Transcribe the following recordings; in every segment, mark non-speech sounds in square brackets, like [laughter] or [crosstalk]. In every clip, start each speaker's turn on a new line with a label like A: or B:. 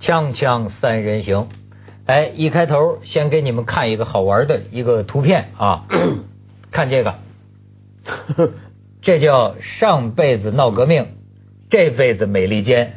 A: 锵锵三人行，哎，一开头先给你们看一个好玩的一个图片啊，
B: [coughs]
A: 看这个，
B: [laughs]
A: 这叫上辈子闹革命，这辈子美利坚，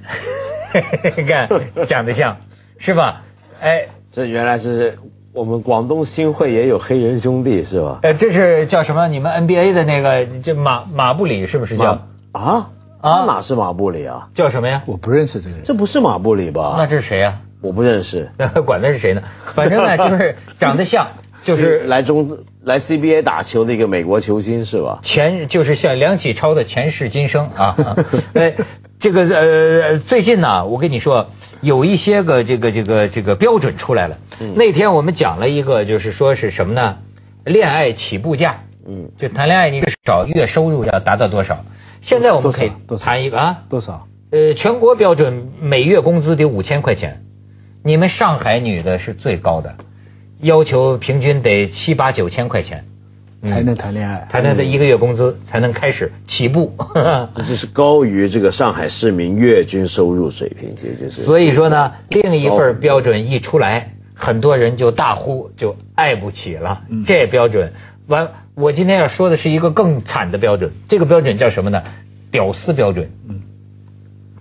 A: [laughs] 你看长得像是吧？哎，
B: 这原来是我们广东新会也有黑人兄弟是吧？
A: 呃，这是叫什么？你们 NBA 的那个这马马布里是不是叫
B: 啊
A: 啊
B: 他哪是马布里啊？
A: 叫什么呀？
C: 我不认识这个人。
B: 这不是马布里吧？
A: 那这是谁呀、
B: 我不认识，
A: [laughs] 管他是谁呢，反正呢就是长得像，就是
B: 来中来 CBA 打球的一个美国球星是吧？
A: 前就是像梁启超的前世今生啊，啊呃，这个呃最近呢、我跟你说有一些个这个这个这个标准出来了。
B: 嗯
A: 那天我们讲了一个，就是说是什么呢？恋爱起步价，
B: 嗯，
A: 就谈恋爱你至少月收入要达到多少？现在我们可以
C: 多少多少
A: 谈一个啊，
C: 多少？
A: 呃，全国标准每月工资得五千块钱，你们上海女的是最高的，要求平均得七八九千块钱。嗯
C: 才能谈恋爱？
A: 才能的一个月工资才能开始起步。 [laughs]
B: 这是高于这个上海市民月均收入水平，这就是。
A: 所
B: 以
A: 以说呢，另一份标准一出来，很多人就大呼就爱不起了。
C: 嗯
A: 这标准完，我今天要说的是一个更惨的标准，这个标准叫什么呢？屌丝标准。
C: 嗯，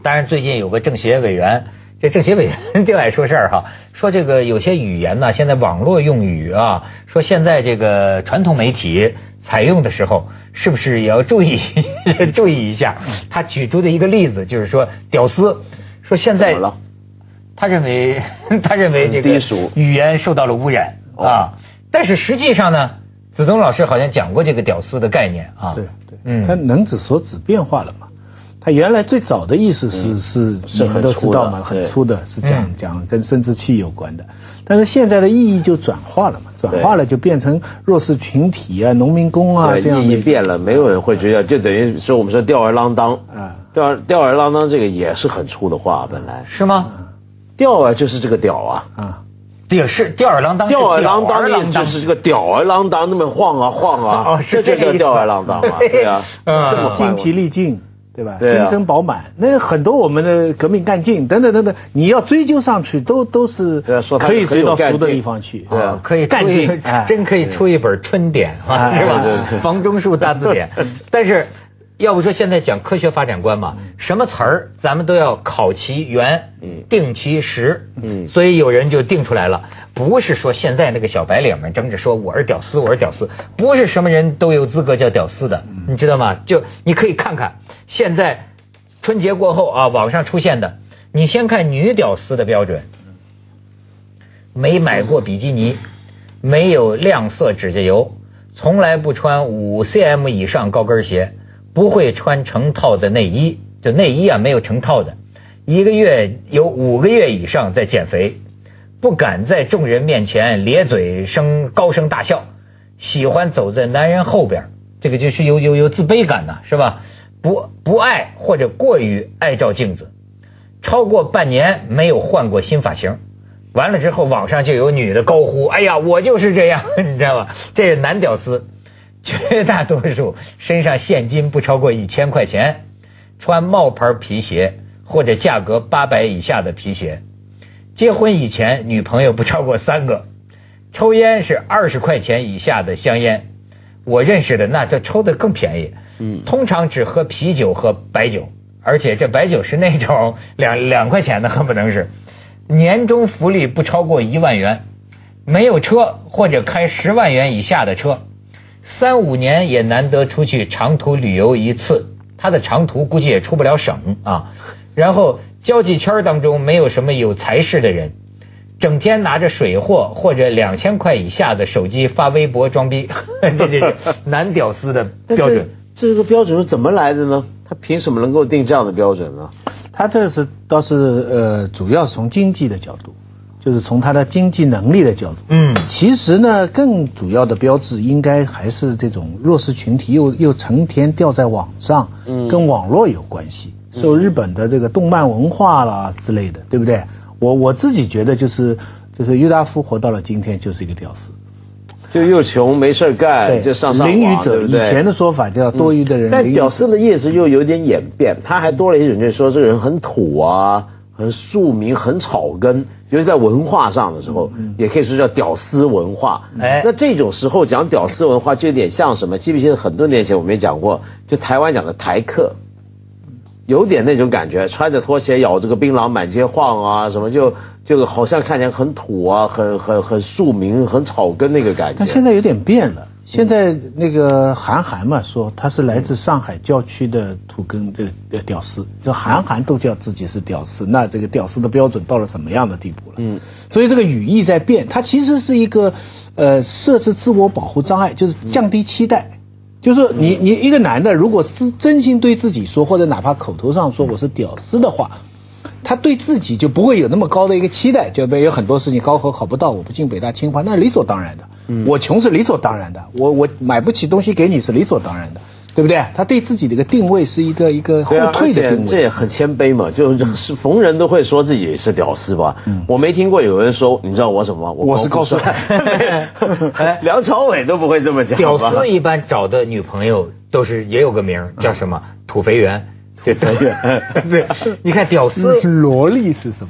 A: 当然，最近有个政协委员，这政协委员 [laughs] 就爱说事儿哈，说这个有些语言呢、现在网络用语啊，说现在这个传统媒体采用的时候，是不是也要注意 [laughs] 注意一下？他举出的一个例子就是说，屌丝，说现在
B: 怎么了
A: 他认为 [laughs] 他认为这
B: 很
A: 个
B: 低俗
A: 语言受到了污染
B: 哦
A: 啊，但是实际上呢，子东老师好像讲过这个屌丝的概念啊，
C: 对对，
A: 嗯，
C: 他能指所指变化了嘛？他原来最早的意思是、
B: 嗯
C: 是
B: 是
C: 你们
B: 很
C: 都
B: 粗
C: 知道
B: 的
C: 嘛，
B: 对
C: 很粗的，是
A: 嗯
C: 讲讲跟生殖器有关的。但是现在的意义就转化了嘛，转化了就变成弱势群体啊、农民工啊
B: 对
C: 这样的
B: 意义变了，没有人会觉得，就等于说我们说吊儿郎当，
C: 啊，
B: 吊儿吊儿郎当这个也是很粗的话，本来
A: 是吗？
B: 吊儿就是这个屌啊，
C: 啊，
A: 也是吊儿郎当，
B: 吊儿郎当
A: 吊
B: 的
A: 儿
B: 意思就是这个吊儿郎当，那么晃 [laughs] 啊晃啊，
A: 哦是
B: 这
A: 这个意思
B: 叫吊儿郎当 [laughs] 啊，对啊，
A: 嗯
B: 这么
C: 精
B: 换
C: 疲力尽，对吧？
B: 对啊
C: 精神饱满，那很多我们的革命干劲等等等等，你要追究上去，都都是
B: 对啊说他
C: 可以
B: 很
C: 追
B: 有
C: 到
B: 干
C: 俗的
B: 劲
C: 地方去。
B: 对啊
A: 啊，可以
C: 干
A: 出一
C: 净哎
A: 真可以出一本春典啊，
C: 哎
A: 是
B: 对对对
A: 吧？房中术大字典。但是要不说现在讲科学发展观嘛，什么词儿咱们都要考其源
B: 嗯，
A: 定其实。
B: 嗯
A: 所以有人就定出来了，不是说现在那个小白领们争着说我是屌丝，我是屌丝，不是什么人都有资格叫屌丝的，你知道吗？就你可以看看现在春节过后啊，网上出现的，你先看女屌丝的标准。没买过比基尼，没有亮色指甲油，从来不穿五 cm 以上高跟鞋，不会穿成套的内衣，就内衣啊没有成套的，一个月有五个月以上在减肥，不敢在众人面前咧嘴声高声大笑，喜欢走在男人后边，这个就是有有有自卑感呐、是吧？不不爱或者过于爱照镜子，超过半年没有换过新发型。完了之后，网上就有女的高呼：“哎呀，我就是这样， [laughs] 你知道吧？”这是男屌丝，绝大多数身上现金不超过一千块钱，穿冒牌皮鞋或者价格八百以下的皮鞋。结婚以前女朋友不超过三个，抽烟是二十块钱以下的香烟。我认识的那这抽的更便宜，
B: 嗯
A: 通常只喝啤酒和白酒，而且这白酒是那种两两块钱的，恨不能是。年终福利不超过一万元，没有车或者开十万元以下的车，三五年也难得出去长途旅游一次，他的长途估计也出不了省啊。然后交际圈当中没有什么有才识的人，整天拿着水货或者两千块以下的手机发微博装逼， [laughs] 这这是男屌丝的标准。
B: 这个标准是怎么来的呢？他凭什么能够定这样的标准呢？
C: 他这是倒是呃，主要从经济的角度，就是从他的经济能力的角度。
A: 嗯
C: 其实呢，更主要的标志应该还是这种弱势群体又又成天吊在网上，
B: 嗯
C: 跟网络有关系，受日本的这个动漫文化啦之类的，对不对？我我自己觉得就是就是郁达夫活到了今天就是一个屌丝，
B: 就又穷没事儿干，就上上网
C: 淋雨者
B: 对不
C: 以
B: 对嗯
C: 前的说法叫多余的人
B: 但
C: 淋雨
B: 屌
C: 者
B: 丝的意思又有点演变，他还多了一种，就是说这个人很土啊，很庶民、很草根，尤其在文化上的时候，
C: 嗯
B: 也可以说叫屌丝文化。
A: 哎
B: 那这种时候讲屌丝文化，就有点像什么？记不记得很多年前我们也讲过，就台湾讲的台客，有点那种感觉，穿着拖鞋咬着个槟榔满街晃啊，什么就就好像看起来很土啊，很很很庶民、很草根那个感觉。嗯
C: 但现在有点变了。现在那个韩寒嘛，说他是来自上海郊区的土根的的屌丝，这韩寒都叫自己是屌丝，那这个屌丝的标准到了什么样的地步了？
B: 嗯，
C: 所以这个语义在变，它其实是一个呃设置自我保护障碍，就是降低期待。就是
B: 嗯
C: 说你你一个男的，如果是真心对自己说，或者哪怕口头上说我是屌丝的话，他对自己就不会有那么高的一个期待，就比如有很多事情高考考不到，我不进北大清华，那理所当然的。
B: 嗯
C: 我穷是理所当然的，我我买不起东西给你是理所当然的，对不对？他对自己的一个定位是一个一个后
B: 对啊，而
C: 退
B: 且
C: 的定
B: 这
C: 位。
B: 也很谦卑嘛， [laughs] 就是逢人都会说自己是屌丝吧。我没听过有人说，你知道我什么吗？
C: 嗯我是
B: 高哎
C: 高
B: [laughs]
A: 富帅
B: 梁朝伟都不会这么讲
A: 屌
B: 吧
A: 丝？一般找的女朋友都是也有个名儿叫什么土肥圆。 [laughs]
B: 对对
C: [laughs]
A: 对，你看屌丝
C: 萝莉是什么？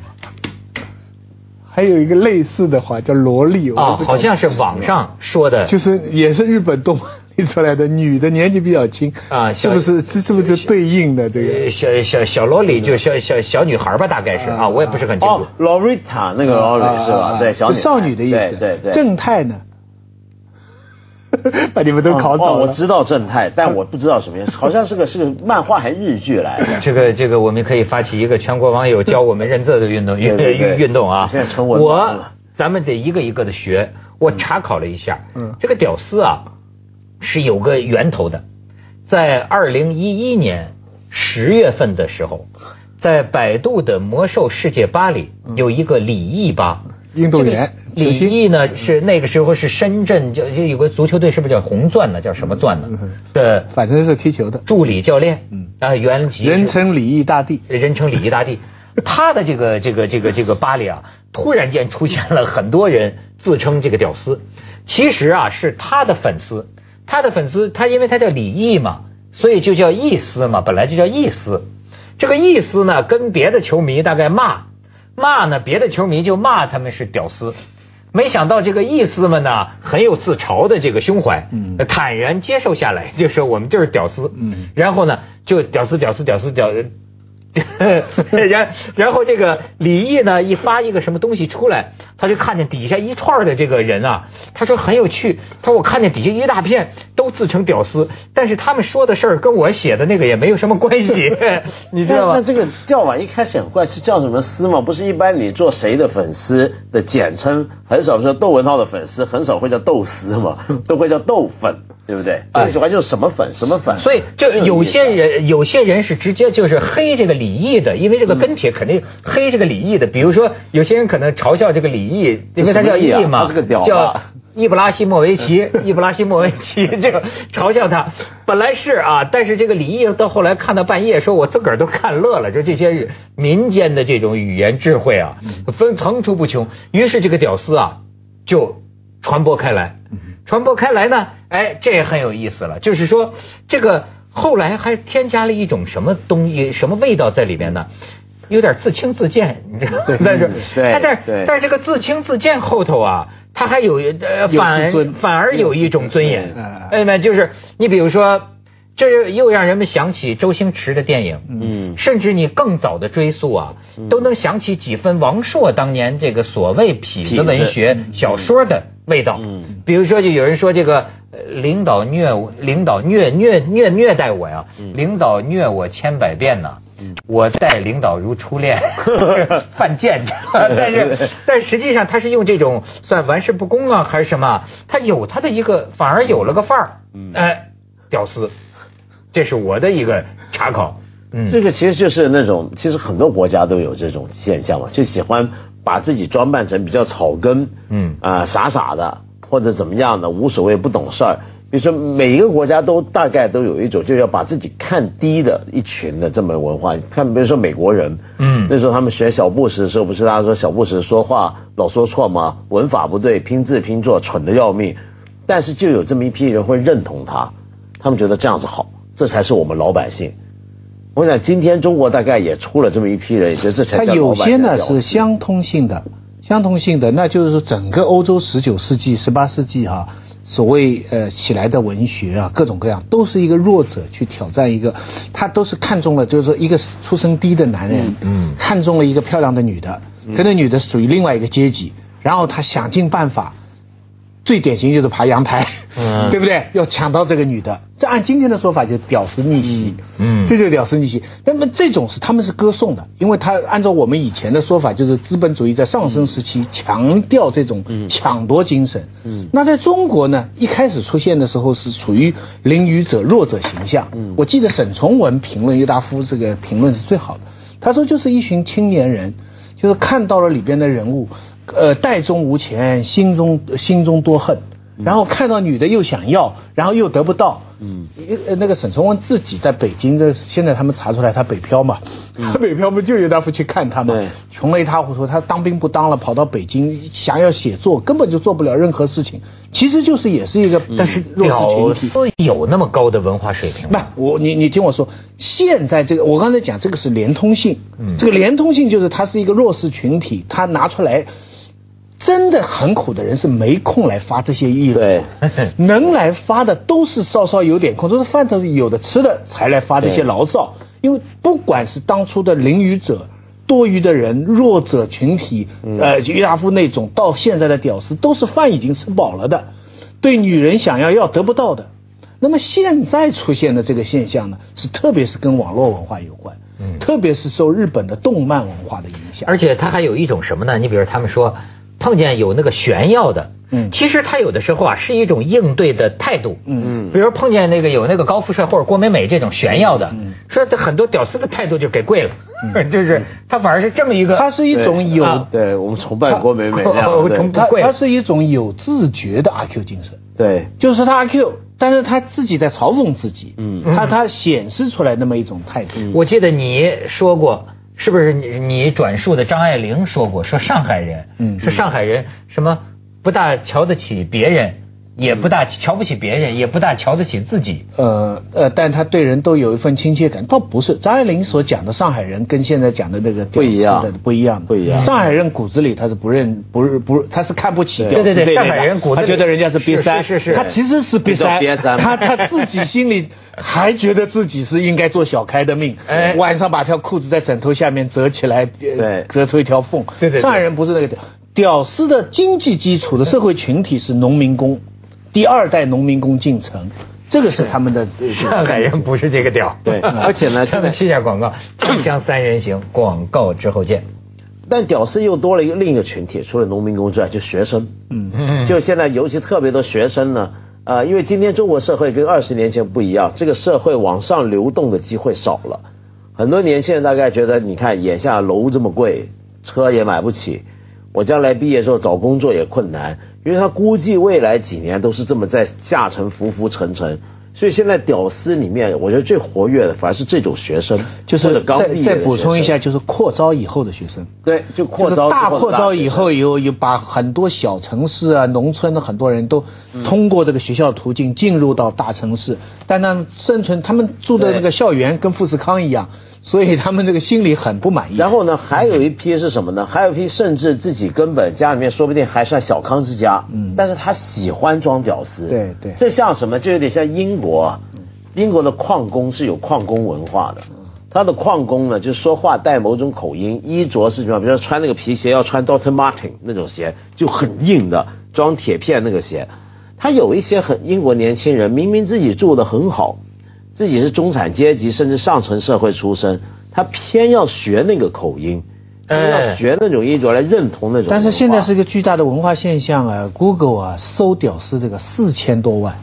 C: 还有一个类似的话叫萝莉
A: 啊，好像是网上说
C: [laughs]
A: 的，
C: 就是也是日本动漫里出来的，女的年纪比较轻
A: 啊
C: 是
A: 小
C: 不是是是不是对应的这
A: 呃
C: 个？
A: 小小小萝莉，就小小小女孩吧，大概是啊，我也不是很清楚
B: 哦。，Lorita 那
A: 呃
C: 啊
B: 个 Lori 是吧？对，小女
C: 是少女的意思。
B: 对对对。
C: 正太呢？ [laughs] 把你们都考
B: 哦
C: 倒
B: 我
C: 了。
B: 知道正太，但我不知道什么样，好像是个是个漫画还是日剧来的。
A: 这个这个，我们可以发起一个全国网友教我们认字的运动运
B: 对对对
A: 运运动啊！
B: 现在成文盲
A: 我
B: 了嗯
A: 咱们得一个一个的学。我查考了一下，
C: 嗯
A: 这个屌丝啊是有个源头的，在二零一一年十月份的时候，在百度的魔兽世界八里
B: 嗯
A: 有一个李毅吧。
C: 运动员嗯
A: 这个
C: 球星
A: 李毅呢是那个时候是深圳就就有个足球队是不是叫红钻呢？叫什么钻呢
C: 嗯嗯？
A: 的
C: 反正是踢球的，
A: 助理教练，
C: 嗯
A: 啊，原籍是
C: 人称李毅大帝。
A: 人称李毅大帝，他的这个这个这个这个巴黎啊，突然间出现了很多人自称这个屌丝，其实啊是他的粉丝，他的粉丝他因为他叫李毅嘛，所以就叫毅丝嘛，本来就叫毅丝。这个毅丝呢，跟别的球迷大概骂骂呢，别的球迷就骂他们是屌丝。没想到这个意思们呢，很有自嘲的这个胸怀，呃
C: 嗯
A: 坦然接受下来，就说我们就是屌丝，
C: 嗯
A: 然后呢，就屌丝屌丝屌丝屌，然 [laughs] 然后这个李毅呢一发一个什么东西出来，他就看见底下一串儿的这个人啊，他说很有趣，他说我看见底下一大片都自称屌丝，但是他们说的事儿跟我写的那个也没有什么关系，你知道
B: 那
A: 吗
B: 那？这个叫法一开始很怪，是叫什么丝吗？不是一般你做谁的粉丝的简称，很少说窦文涛的粉丝，很少会叫窦丝嘛，都会叫豆粉，对不对？
A: 哎
B: 最喜欢就是什么粉什么粉。
A: 所以就有些人，有些人是直接就是黑这个李毅的，因为这个跟帖肯定黑这个李毅的。比如说，有些人可能嘲笑这个李毅，因为他叫毅
B: 什么毅啊
A: 嘛，
B: 他是个屌吧
A: 叫伊布拉希莫维
B: [laughs]
A: 奇，伊布拉希莫维奇这个嘲笑他。本来是啊，但是这个李毅到后来看到半夜，说我自个儿都看乐了，就这些民间的这种语言智慧啊，
B: 嗯
A: 分层出不穷。于是这个屌丝啊，就传播开来。
B: 嗯
A: 传播开来呢，哎，这也很有意思了。就是说，这个后来还添加了一种什么东西、什么味道在里面呢？有点自轻自贱，你知道吗？但是，
B: 对
A: 但是
B: 对
A: 但是这个自轻自贱后头啊，他还有呃，
C: 有自
A: 反
C: 尊
A: 反而有一种尊严
C: 嗯嗯。
A: 哎，那就是你比如说，这又让人们想起周星驰的电影，
B: 嗯
A: 甚至你更早的追溯啊，都能想起几分王朔当年这个所谓痞子文学小说的味道。
B: 嗯
A: 比如说，就有人说这个呃领导虐我，领导虐虐虐虐待我呀，
B: 嗯
A: 领导虐我千百遍呢。我待领导如初
B: [laughs]
A: 恋，犯贱。但是，但实际上他是用这种算玩世不恭啊，还是什么？他有他的一个，反而有了个范儿。
B: 嗯
A: 哎，屌丝，这是我的一个查考。嗯，
B: 这个其实就是那种，其实很多国家都有这种现象嘛，就喜欢把自己装扮成比较草根，
A: 嗯
B: 啊、傻傻的或者怎么样的，无所谓不懂事儿。比如说每一个国家都大概都有一种，就要把自己看低的一群的这么文化。看比如说美国人，
A: 嗯
B: 那时候他们学小布什的时候，不是大家说小布什说话老说错吗？文法不对，拼字拼错，蠢的要命。但是就有这么一批人会认同他，他们觉得这样子好，这才是我们老百姓。我想今天中国大概也出了这么一批人，也就这才
C: 它
B: 叫
C: 有
B: 老板
C: 些
B: 的
C: 呢
B: 屌
C: 是
B: 丝
C: 相通性的，相通性的，那就是说整个欧洲十九世纪、十八世纪啊，所谓呃起来的文学啊，各种各样都是一个弱者去挑战一个，他都是看中了，就是说一个出身低的男人，
A: 嗯嗯
C: 看中了一个漂亮的女的，
B: 嗯
C: 可那女的属于另外一个阶级，然后他想尽办法。最典型就是爬阳台， [laughs]
A: 嗯
C: 对不对？要抢到这个女的，这按今天的说法就是屌丝逆袭，
A: 嗯嗯
C: 这就是屌丝逆袭。那么这种是他们是歌颂的，因为他按照我们以前的说法，就是资本主义在上升时
A: 嗯
C: 期强调这种抢夺精神。
B: 嗯
C: 那在中国呢，一开始出现的时候是处于领予者弱者形象。
B: 嗯
C: 我记得沈从文评论郁达夫这个评论是最好的，他说就是一群青年人，就是看到了里边的人物，呃，袋中无钱，心中心中多恨。然后看到女的又想要，然后又得不到，
B: 嗯
C: 呃，那个沈从文自己在北京的，现在他们查出来他北漂嘛，他北漂不就郁达夫去看他嘛
B: 嗯对，
C: 穷得一塌糊涂，他当兵不当了，跑到北京想要写作，根本就做不了任何事情，其实就是也是一
B: 嗯
C: 个
A: 但是
C: 弱
A: 屌
C: 势群体。
A: 丝有那么高的文化水平
C: 不
A: 吗？，
C: 我你你听我说，现在这个我刚才讲这个是连通性，
A: 嗯
C: 这个连通性就是它是一个弱势群体，他拿出来，真的很苦的人是没空来发这些议论，
A: [laughs] 对
C: 能来发的都是稍稍有点空，都是饭都是有的吃的才来发这些
B: 对
C: 牢骚，因为不管是当初的淋雨者。多余的人、弱者群体，
A: 嗯
C: 呃，郁达夫那种到现在的屌丝，都是饭已经吃饱了的，对女人想要要得不到的，那么现在出现的这个现象呢，是特别是跟网络文化有关，
A: 嗯
C: 特别是受日本的动漫文化的影响。
A: 而且他还有一种什么呢？你比如他们说碰见有那个炫耀的，
C: 嗯
A: 其实他有的时候啊是一种应对的态度，
C: 嗯
B: 嗯
A: 比如碰见那个有那个高富帅或者郭美美这种炫耀的，
C: 嗯
A: 说这很多屌丝的态度就给跪了， [laughs] 就是他反而嗯是这么一个，
C: 它是一种有，
A: 啊
B: 对我们崇拜郭美美那
A: 我
B: 样，
A: 崇
B: 对
A: 拜
C: 它
A: 贵
C: 它是一种有自觉的阿 Q 精神，
B: 对，
C: 就是他阿 Q，但是他自己在嘲讽自己，
B: 嗯
C: 他他显示出来那么一种态度。
A: 我记得你说过，是不是你你转述的张爱玲说过，说上海人，
C: 嗯
A: 说上海人什么不大瞧得起别人，也不
B: 嗯
A: 大瞧不起别人，也不大瞧得起自己，
C: 呃呃，但他对人都有一份亲切感，倒不是张爱玲所讲的上海人跟现在讲的那个
B: 不一样
C: 屌丝的不一样的，
B: 不一样
C: 上海人骨子里他是不认不是不是，他是看不起屌丝
A: 对对对
C: 这一类的
A: 上海人骨子里
C: 他觉得人家是瘪三，
A: 是是是
C: 他其实是瘪三，
B: 对叫瘪三
C: 他他自己心里还觉得自己是应该做小开的命，
A: 哎
C: 晚上把条裤子在枕头下面折起来，呃
B: 对
C: 折出一条缝，
A: 对对对
C: 上海人不是那个屌屌丝的经济基础的社会群体是农民工，第二代农民工进城，这个是他们的呃
A: 上海人不是这个调。 [laughs]
B: 对而且呢
A: 咱们去一下
B: [clears throat]
A: 广告，锵锵三人行，广告之后见。
B: 但屌丝又多了一个另一个群体，除了农民工之外，就学生。
C: 嗯
A: 嗯
B: 就现在尤其特别多学生呢，呃，因为今天中国社会跟二十年前不一样，这个社会往上流动的机会少了。很多年轻人大概觉得，你看眼下楼这么贵，车也买不起，我将来毕业之后找工作也困难，因为他估计未来几年都是这么在下沉浮浮沉沉。所以现在屌丝里面，我觉得最活跃的反而是这种学生，
C: 就
B: 或者
C: 是
B: 刚毕
C: 再
B: 业
C: 再
B: 的
C: 补
B: 学
C: 充一
B: 生
C: 下，，就是扩招以后的学生，
B: 对，就扩
C: 就
B: 招
C: 是大
B: 之后的
C: 扩招以
B: 学生
C: 后，有有把很多小城市啊、农村的很多人都通过这个学校途径进入到大城市，但他们生存，他们住的那个
B: 对
C: 校园跟富士康一样，所以他们这个心里很不满意。
B: 然后呢，还有一批是什么呢？还有一批甚至自己根本家里面说不定还算小康之家，
C: 嗯
B: 但是他喜欢装屌丝，
C: 对对
B: 这像什么？就有点像英国，英国的矿工是有矿工文化的。他的矿工呢，就说话带某种口音，衣着是什么？比如说穿那个皮鞋要穿 Doctor Martin 那种鞋，就很硬的，装铁片那个鞋。他有一些很英国年轻人，明明自己住的很好，自己是中产阶级甚至上层社会出身，他偏要学那个口音，偏
A: 哎
B: 要学那种衣着来认同那种文化。
C: 但是现在是一个巨大的文化现象啊，Google 啊搜屌丝这个四千多万，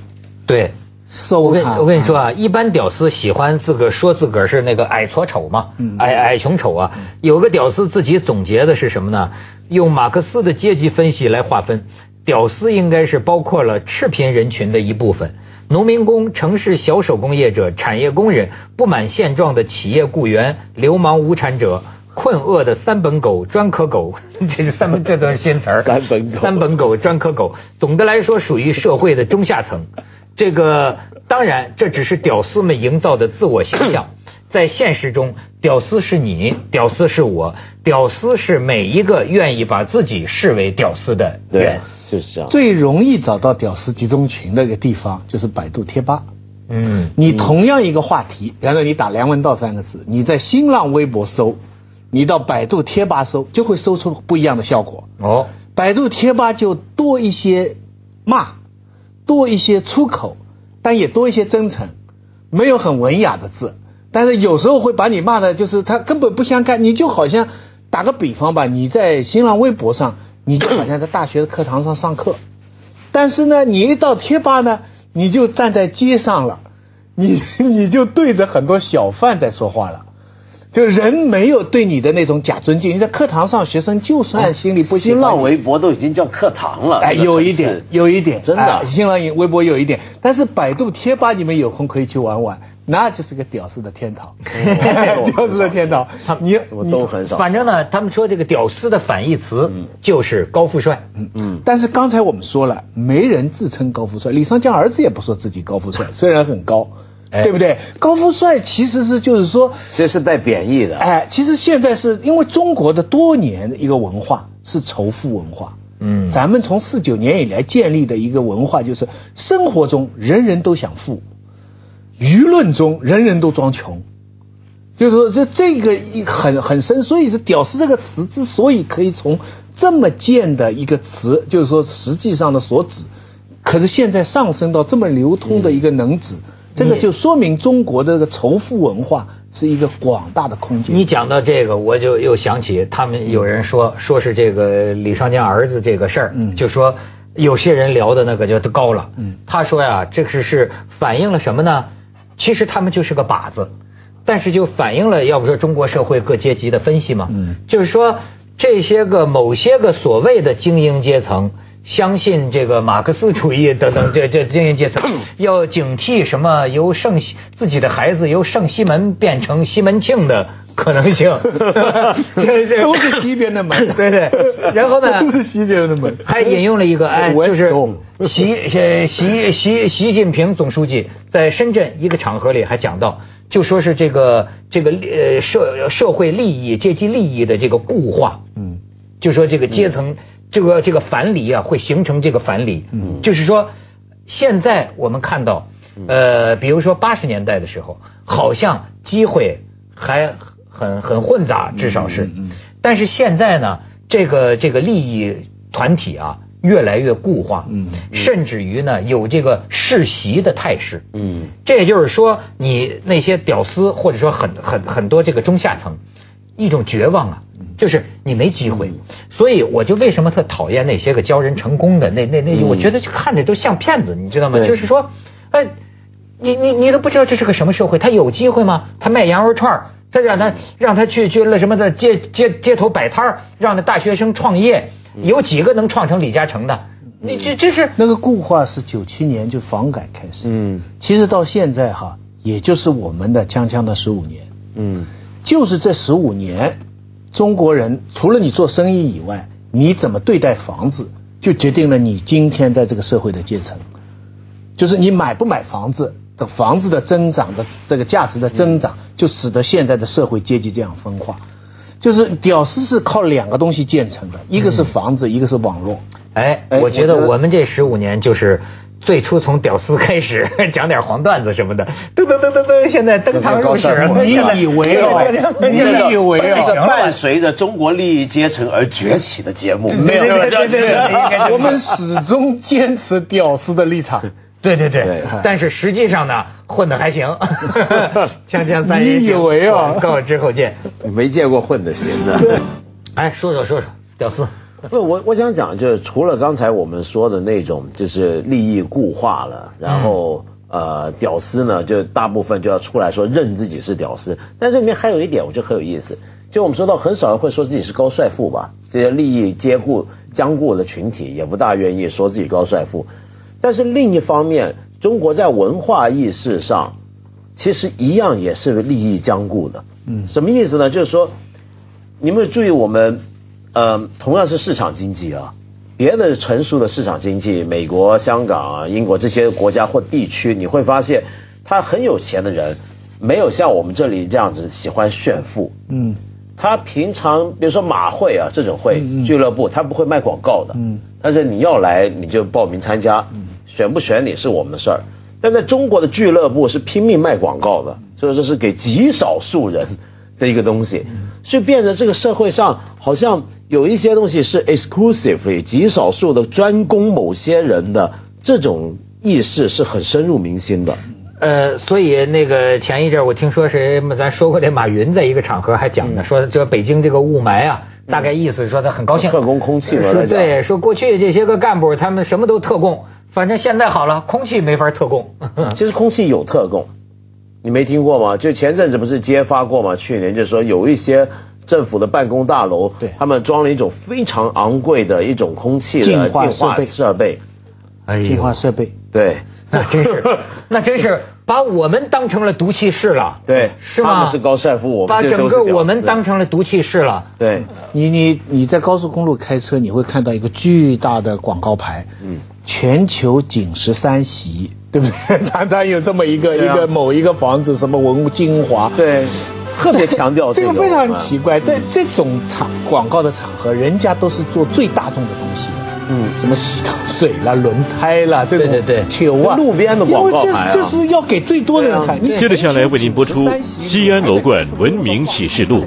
A: 对，
C: 搜
A: 我跟
C: 他
A: 我跟你说啊，一般屌丝喜欢自个儿说自个儿是那个矮矬丑嘛，
C: 嗯
A: 矮矮穷丑啊。有个屌丝自己总结的是什么呢？用马克思的阶级分析来划分，屌丝应该是包括了赤贫人群的一部分。农民工、城市小手工业者、产业工人、不满现状的企业雇员、流氓无产者、困饿的三本狗、专科狗， [laughs] 这是三本，这都是新词儿。
B: 三本狗
A: 三本狗、专科狗，总的来说属于社会的中
B: [clears throat]
A: 下层。这个当然，这只是屌丝们营造的自我形象。在现实中，屌丝是你，屌丝是我，屌丝是每一个愿意把自己视为屌丝的
B: 对
A: 人。，
B: 就是这样。
C: 最容易找到屌丝集中群的一个地方就是百度贴吧。
A: 嗯，
C: 你同样一个话题，然后你打梁文道三个字，你在新浪微博搜，你到百度贴吧搜，就会搜出不一样的效果。
A: 哦，
C: 百度贴吧就多一些骂，多一些粗口，但也多一些真诚，没有很文雅的字，但是有时候会把你骂的，就是他根本不相干。你就好像打个比方吧，你在新浪微博上，你就好像在大学的课堂上上课，但是呢，你一到贴吧呢，你就站在街上了，你 [laughs] 你就对着很多小贩在说话了。就人没有对你的那种假尊敬，你在课堂上，学生就算心里不喜欢
B: 新
C: 你
B: 浪微博都已经叫课堂了，
C: 哎，
B: 啊这个
C: 有一
B: 城市
C: 点，有一点，
B: 真的啊
C: 哎新浪微博有一点，但是百度贴吧你们有空可以去玩玩，那就是个屌丝的天
B: [laughs]
C: 堂， [laughs] 屌丝的天堂，你
B: 我都很少。
A: 反正呢，他们说这个屌丝的反义词
B: 嗯
A: 就是高富帅。
B: 嗯，
C: 但是刚才我们说了，没人自称高富帅，李尚江儿子也不说自己高富帅，虽然很
B: [laughs]
C: 高，
A: 哎
C: 对不对？高富帅其实是就是说，
B: 这是带贬义的。
C: 哎，其实现在是因为中国的多年的一个文化是仇富文化。
A: 嗯
C: 咱们从四九年以来建立的一个文化，就是生活中人人都想富，舆论中人人都装穷，就是说这这个一很很深，所以是“屌丝”这个词之所以可以从这么贱的一个词，就是说实际上的所指，可是现在上升到这么流通的一个能指，
A: 嗯
C: 这个就说明中国的这个仇富文化是一个广大的空间。
A: 你讲到这个，我就又想起他们有人说说是这个李尚江儿子这个事儿，
C: 嗯
A: 就说有些人聊的那个就高了，
C: 嗯
A: 他说呀，这是是反映了什么呢？其实他们就是个靶子，但是就反映了要不说中国社会各阶级的分析嘛，
C: 嗯
A: 就是说这些个某些个所谓的精英阶层。相信这个马克思主义等
C: [laughs]
A: 等，这这精英阶
C: [coughs]
A: 层要警惕什么由圣西自己的孩子由圣西门变成西门庆的可能
C: [laughs]
A: 性， [laughs] 这这
C: 都是西边的门
A: 对对。然后呢，
C: [laughs] 都是西边的门
A: 还引用了一个哎，
C: 我也
A: 就是
C: 懂
A: 习呃习习习近平总书记在深圳一个场合里还讲到，就说是这个这个呃社社会利益、阶级利益的这个固化，
C: 嗯，
A: 就说这个阶层这个这个藩篱啊，会形成这个藩篱，
C: 嗯
A: 就是说现在我们看到，呃，比如说八十年代的时候，好像机会还很很混杂，至少是，
C: 嗯嗯嗯
A: 但是现在呢，这个这个利益团体啊越来越固化，
C: 嗯
A: 甚至于呢有这个世袭的态势，
B: 嗯，
A: 这也就是说，你那些屌丝或者说很很很多这个中下层，一种绝望啊，
B: 嗯
A: 就是你没机会。所以我就为什么特讨厌那些个教人成功的那那那，
B: 嗯
A: 我觉得看着都像骗子，你知道吗？
B: 对
A: 就是说，哎，你你你都不知道这是个什么社会，他有机会吗？他卖羊肉串儿他让他让他去去那什么的街街街头摆摊儿让那大学生创业，
B: 嗯
A: 有几个能创成李嘉诚的？你这这是
C: 那个固化是九七年就房改开始，
B: 嗯
C: 其实到现在哈，也就是我们的锵锵的十五年，
B: 嗯
C: 就是这十五年，中国人除了你做生意以外，你怎么对待房子，就决定了你今天在这个社会的阶层，就是你买不买房子的房子的增长的这个价值的增长，就使得现在的社会阶级这样分化。就是屌丝是靠两个东西建成的，一个是房子，一个是网络。
A: 哎，
C: 哎
A: 我觉得
C: 我觉得
A: 我们这十五年就是最初从屌丝开始 [laughs] 讲点黄段子什么的，噔噔噔噔噔，现在登堂入室了。 [laughs]
C: 你以为哦你以为
B: 这
C: 哦
B: 个伴随着中国利益阶层而崛起的节目，
C: 嗯没有，
A: 对对
B: 这样
A: 对对对
B: 这样
A: 应该是
C: 我们始终坚持屌丝的立 [laughs] 场。
A: 对对对
B: 对，
A: 但是实际上呢，混的还 [laughs] 行。锵锵三人行
C: 你以为啊
A: 广告之后见。
B: 没见过混的行的。
A: 哎，说说说说屌丝，
B: [laughs] 不，我我想讲就是除了刚才我们说的那种，就是利益固化了，然后、呃，屌丝呢，就大部分就要出来说认自己是屌丝。但这里面还有一点，我觉得很有意思，就我们说到很少人会说自己是高帅富吧，这些利益兼顾僵固的群体也不大愿意说自己高帅富。但是另一方面，中国在文化意识上其实一样也是利益僵固的。
C: 嗯
B: 什么意思呢？就是说，你们注意我们，呃，同样是市场经济啊，别的成熟的市场经济，美国、香港、啊、英国这些国家或地区，你会发现，他很有钱的人，没有像我们这里这样子喜欢炫富。
C: 嗯
B: 他平常比如说马会啊这种会、
C: 嗯嗯
B: 俱乐部，他不会卖广告的。
C: 嗯，
B: 但是你要来你就报名参加，选不选你是我们的事儿。但在中国的俱乐部是拼命卖广告
C: 嗯
B: 的，所以这是给极少数人的一个东西，
C: 嗯
B: 所以变得这个社会上好像有一些东西是 exclusively 极少数的专攻某些人的这种意识是很深入民心的。
A: 呃，所以那个前一阵儿我听说谁，咱说过的马云在一个场合还讲呢，
B: 嗯
A: 说这北京这个雾霾啊，大概意思说他很高兴，
B: 特供空气嘛
A: 呃
B: 来
A: 说
B: 讲
A: 对，说过去这些个干部他们什么都特供，反正现在好了，空气没法特
B: [laughs]
A: 供。
B: 其实空气有特供，你没听过吗？就前阵子不是揭发过吗？去年就说有一些政府的办公大楼，
C: 对
B: 他们装了一种非常昂贵的一种空气的
C: 净化
B: 净化
C: 设备
B: 设备，
A: 哎
C: 净化设备。
B: 对，
A: 那真是，那真是把我们当成了毒气室了。
B: 对
A: 是
B: 他
A: 吗？
B: 们是高帅富我们
A: 把
B: 这
A: 整
B: 都是
A: 个
B: 屌丝
A: 我们当成了毒气室了。
B: 对，
C: 你你你在高速公路开车，你会看到一个巨大的广告牌，
B: 嗯，
C: 全球仅十三席，对
B: [laughs]
C: 不对？常常有这么一个一
B: 对啊
C: 个某一个房子什么文物精华，
B: 对，特别强 [laughs] 调
C: [laughs] 这
B: 个嗯
C: 个啊非常
B: 奇
C: 奇怪，在这种场广告的场合，人家都是做最大众的东西，
B: 嗯
C: 什么洗头水啦、轮胎啦这种
A: 对对对
C: 球啊，
B: 路边的广告牌啊
C: 因为这这是要给最为多的人
B: 对
C: 看。
B: 啊
C: 你
D: 接着下来为您播出
C: 13
D: 《
C: 席
D: 西安楼冠文明启示录》。